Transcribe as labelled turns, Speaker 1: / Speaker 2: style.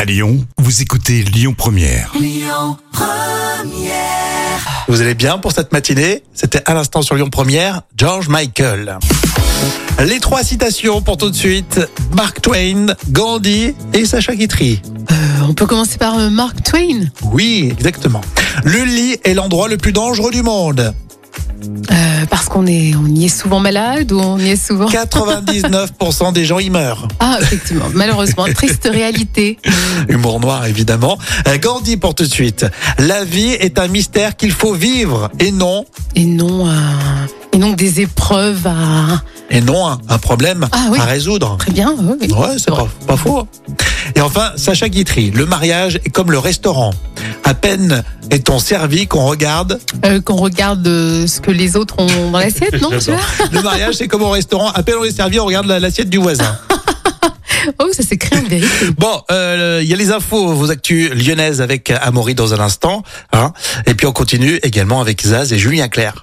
Speaker 1: À Lyon, vous écoutez Lyon Première.
Speaker 2: Vous allez bien pour cette matinée C'était à l'instant sur Lyon Première, George Michael. Les trois citations pour tout de suite Mark Twain, Gandhi et Sacha Guitry.
Speaker 3: On peut commencer par euh, Mark Twain.
Speaker 2: Oui, exactement. Le lit est l'endroit le plus dangereux du monde.
Speaker 3: Euh, parce qu'on est, on y est souvent malade ou on y est souvent.
Speaker 2: 99% des gens y meurent.
Speaker 3: Ah, effectivement, malheureusement, triste réalité.
Speaker 2: Humour noir, évidemment. Euh, Gandhi pour tout de suite. La vie est un mystère qu'il faut vivre et non,
Speaker 3: Et non, euh, et non des épreuves à.
Speaker 2: et non un, un problème
Speaker 3: Ah oui.
Speaker 2: à résoudre.
Speaker 3: Très bien. oui, oui.
Speaker 2: Ouais, c'est pas, pas faux. hein. Et enfin, Sacha Guitry, le mariage est comme le restaurant. À peine est-on servi qu'on regarde.
Speaker 3: Euh, Qu'on regarde euh, ce que les autres ont dans l'assiette, non tu vois
Speaker 2: Le mariage, c'est comme au restaurant. À peine on est servi, on regarde la- l'assiette du voisin.
Speaker 3: Oh, ça s'écrit en vérité.
Speaker 2: Bon, euh, il y a les infos, vos actus lyonnaises avec Amaury dans un instant. hein. Et puis on continue également avec Zaz et Julien Clerc.